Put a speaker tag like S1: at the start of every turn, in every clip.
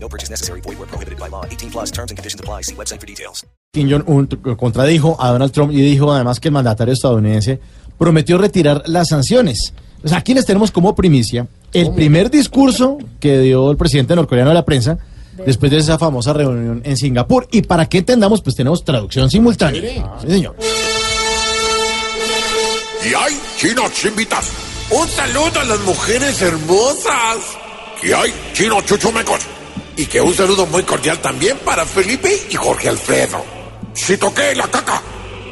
S1: No purchase necessary. Void where prohibited by law. 18 plus terms and conditions apply. See website for details.
S2: Kim Jong-un t- contradijo a Donald Trump y dijo además que el mandatario estadounidense prometió retirar las sanciones. Pues aquí les tenemos como primicia el primer discurso que dio el presidente norcoreano a la prensa después de esa famosa reunión en Singapur. Y para que entendamos, pues tenemos traducción simultánea. Sí, señor.
S3: Y hay chinos chimbitas. Un saludo a las mujeres hermosas. Y hay chinos chuchumecos. Y que un saludo muy cordial también para Felipe y Jorge Alfredo. Si toqué la caca,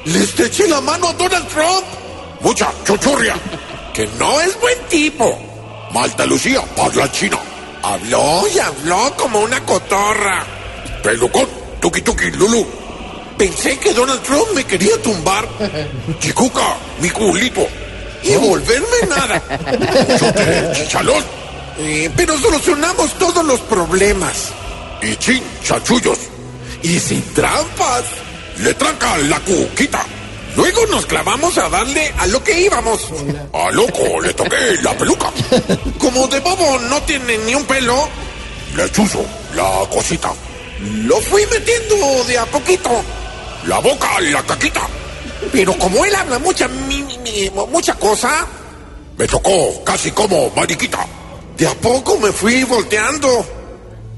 S3: les eché la mano a Donald Trump. Mucha chuchurria. Que no es buen tipo. Malta Lucía habla chino. Habló y habló como una cotorra. Pelucón, tuki tuki, Lulu. Pensé que Donald Trump me quería tumbar. Chicuca, mi culito. Y volverme nada. Chute, chichalón. Eh, pero solucionamos todos los problemas. Y chin, chachullos. Y sin trampas. Le tranca la cuquita. Luego nos clavamos a darle a lo que íbamos. A loco le toqué la peluca. Como de bobo no tiene ni un pelo, le chuzo la cosita. Lo fui metiendo de a poquito. La boca, la caquita. Pero como él habla mucha, mi- mi- mi- mucha cosa, me tocó casi como mariquita. De a poco me fui volteando.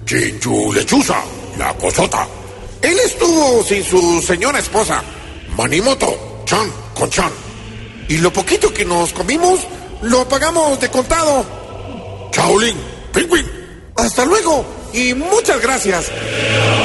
S3: Chinchu lechuza, la cosota. Él estuvo sin su señora esposa, Manimoto, Chan, con Chan. Y lo poquito que nos comimos, lo pagamos de contado. Chaolin, Pingüín. Hasta luego y muchas gracias.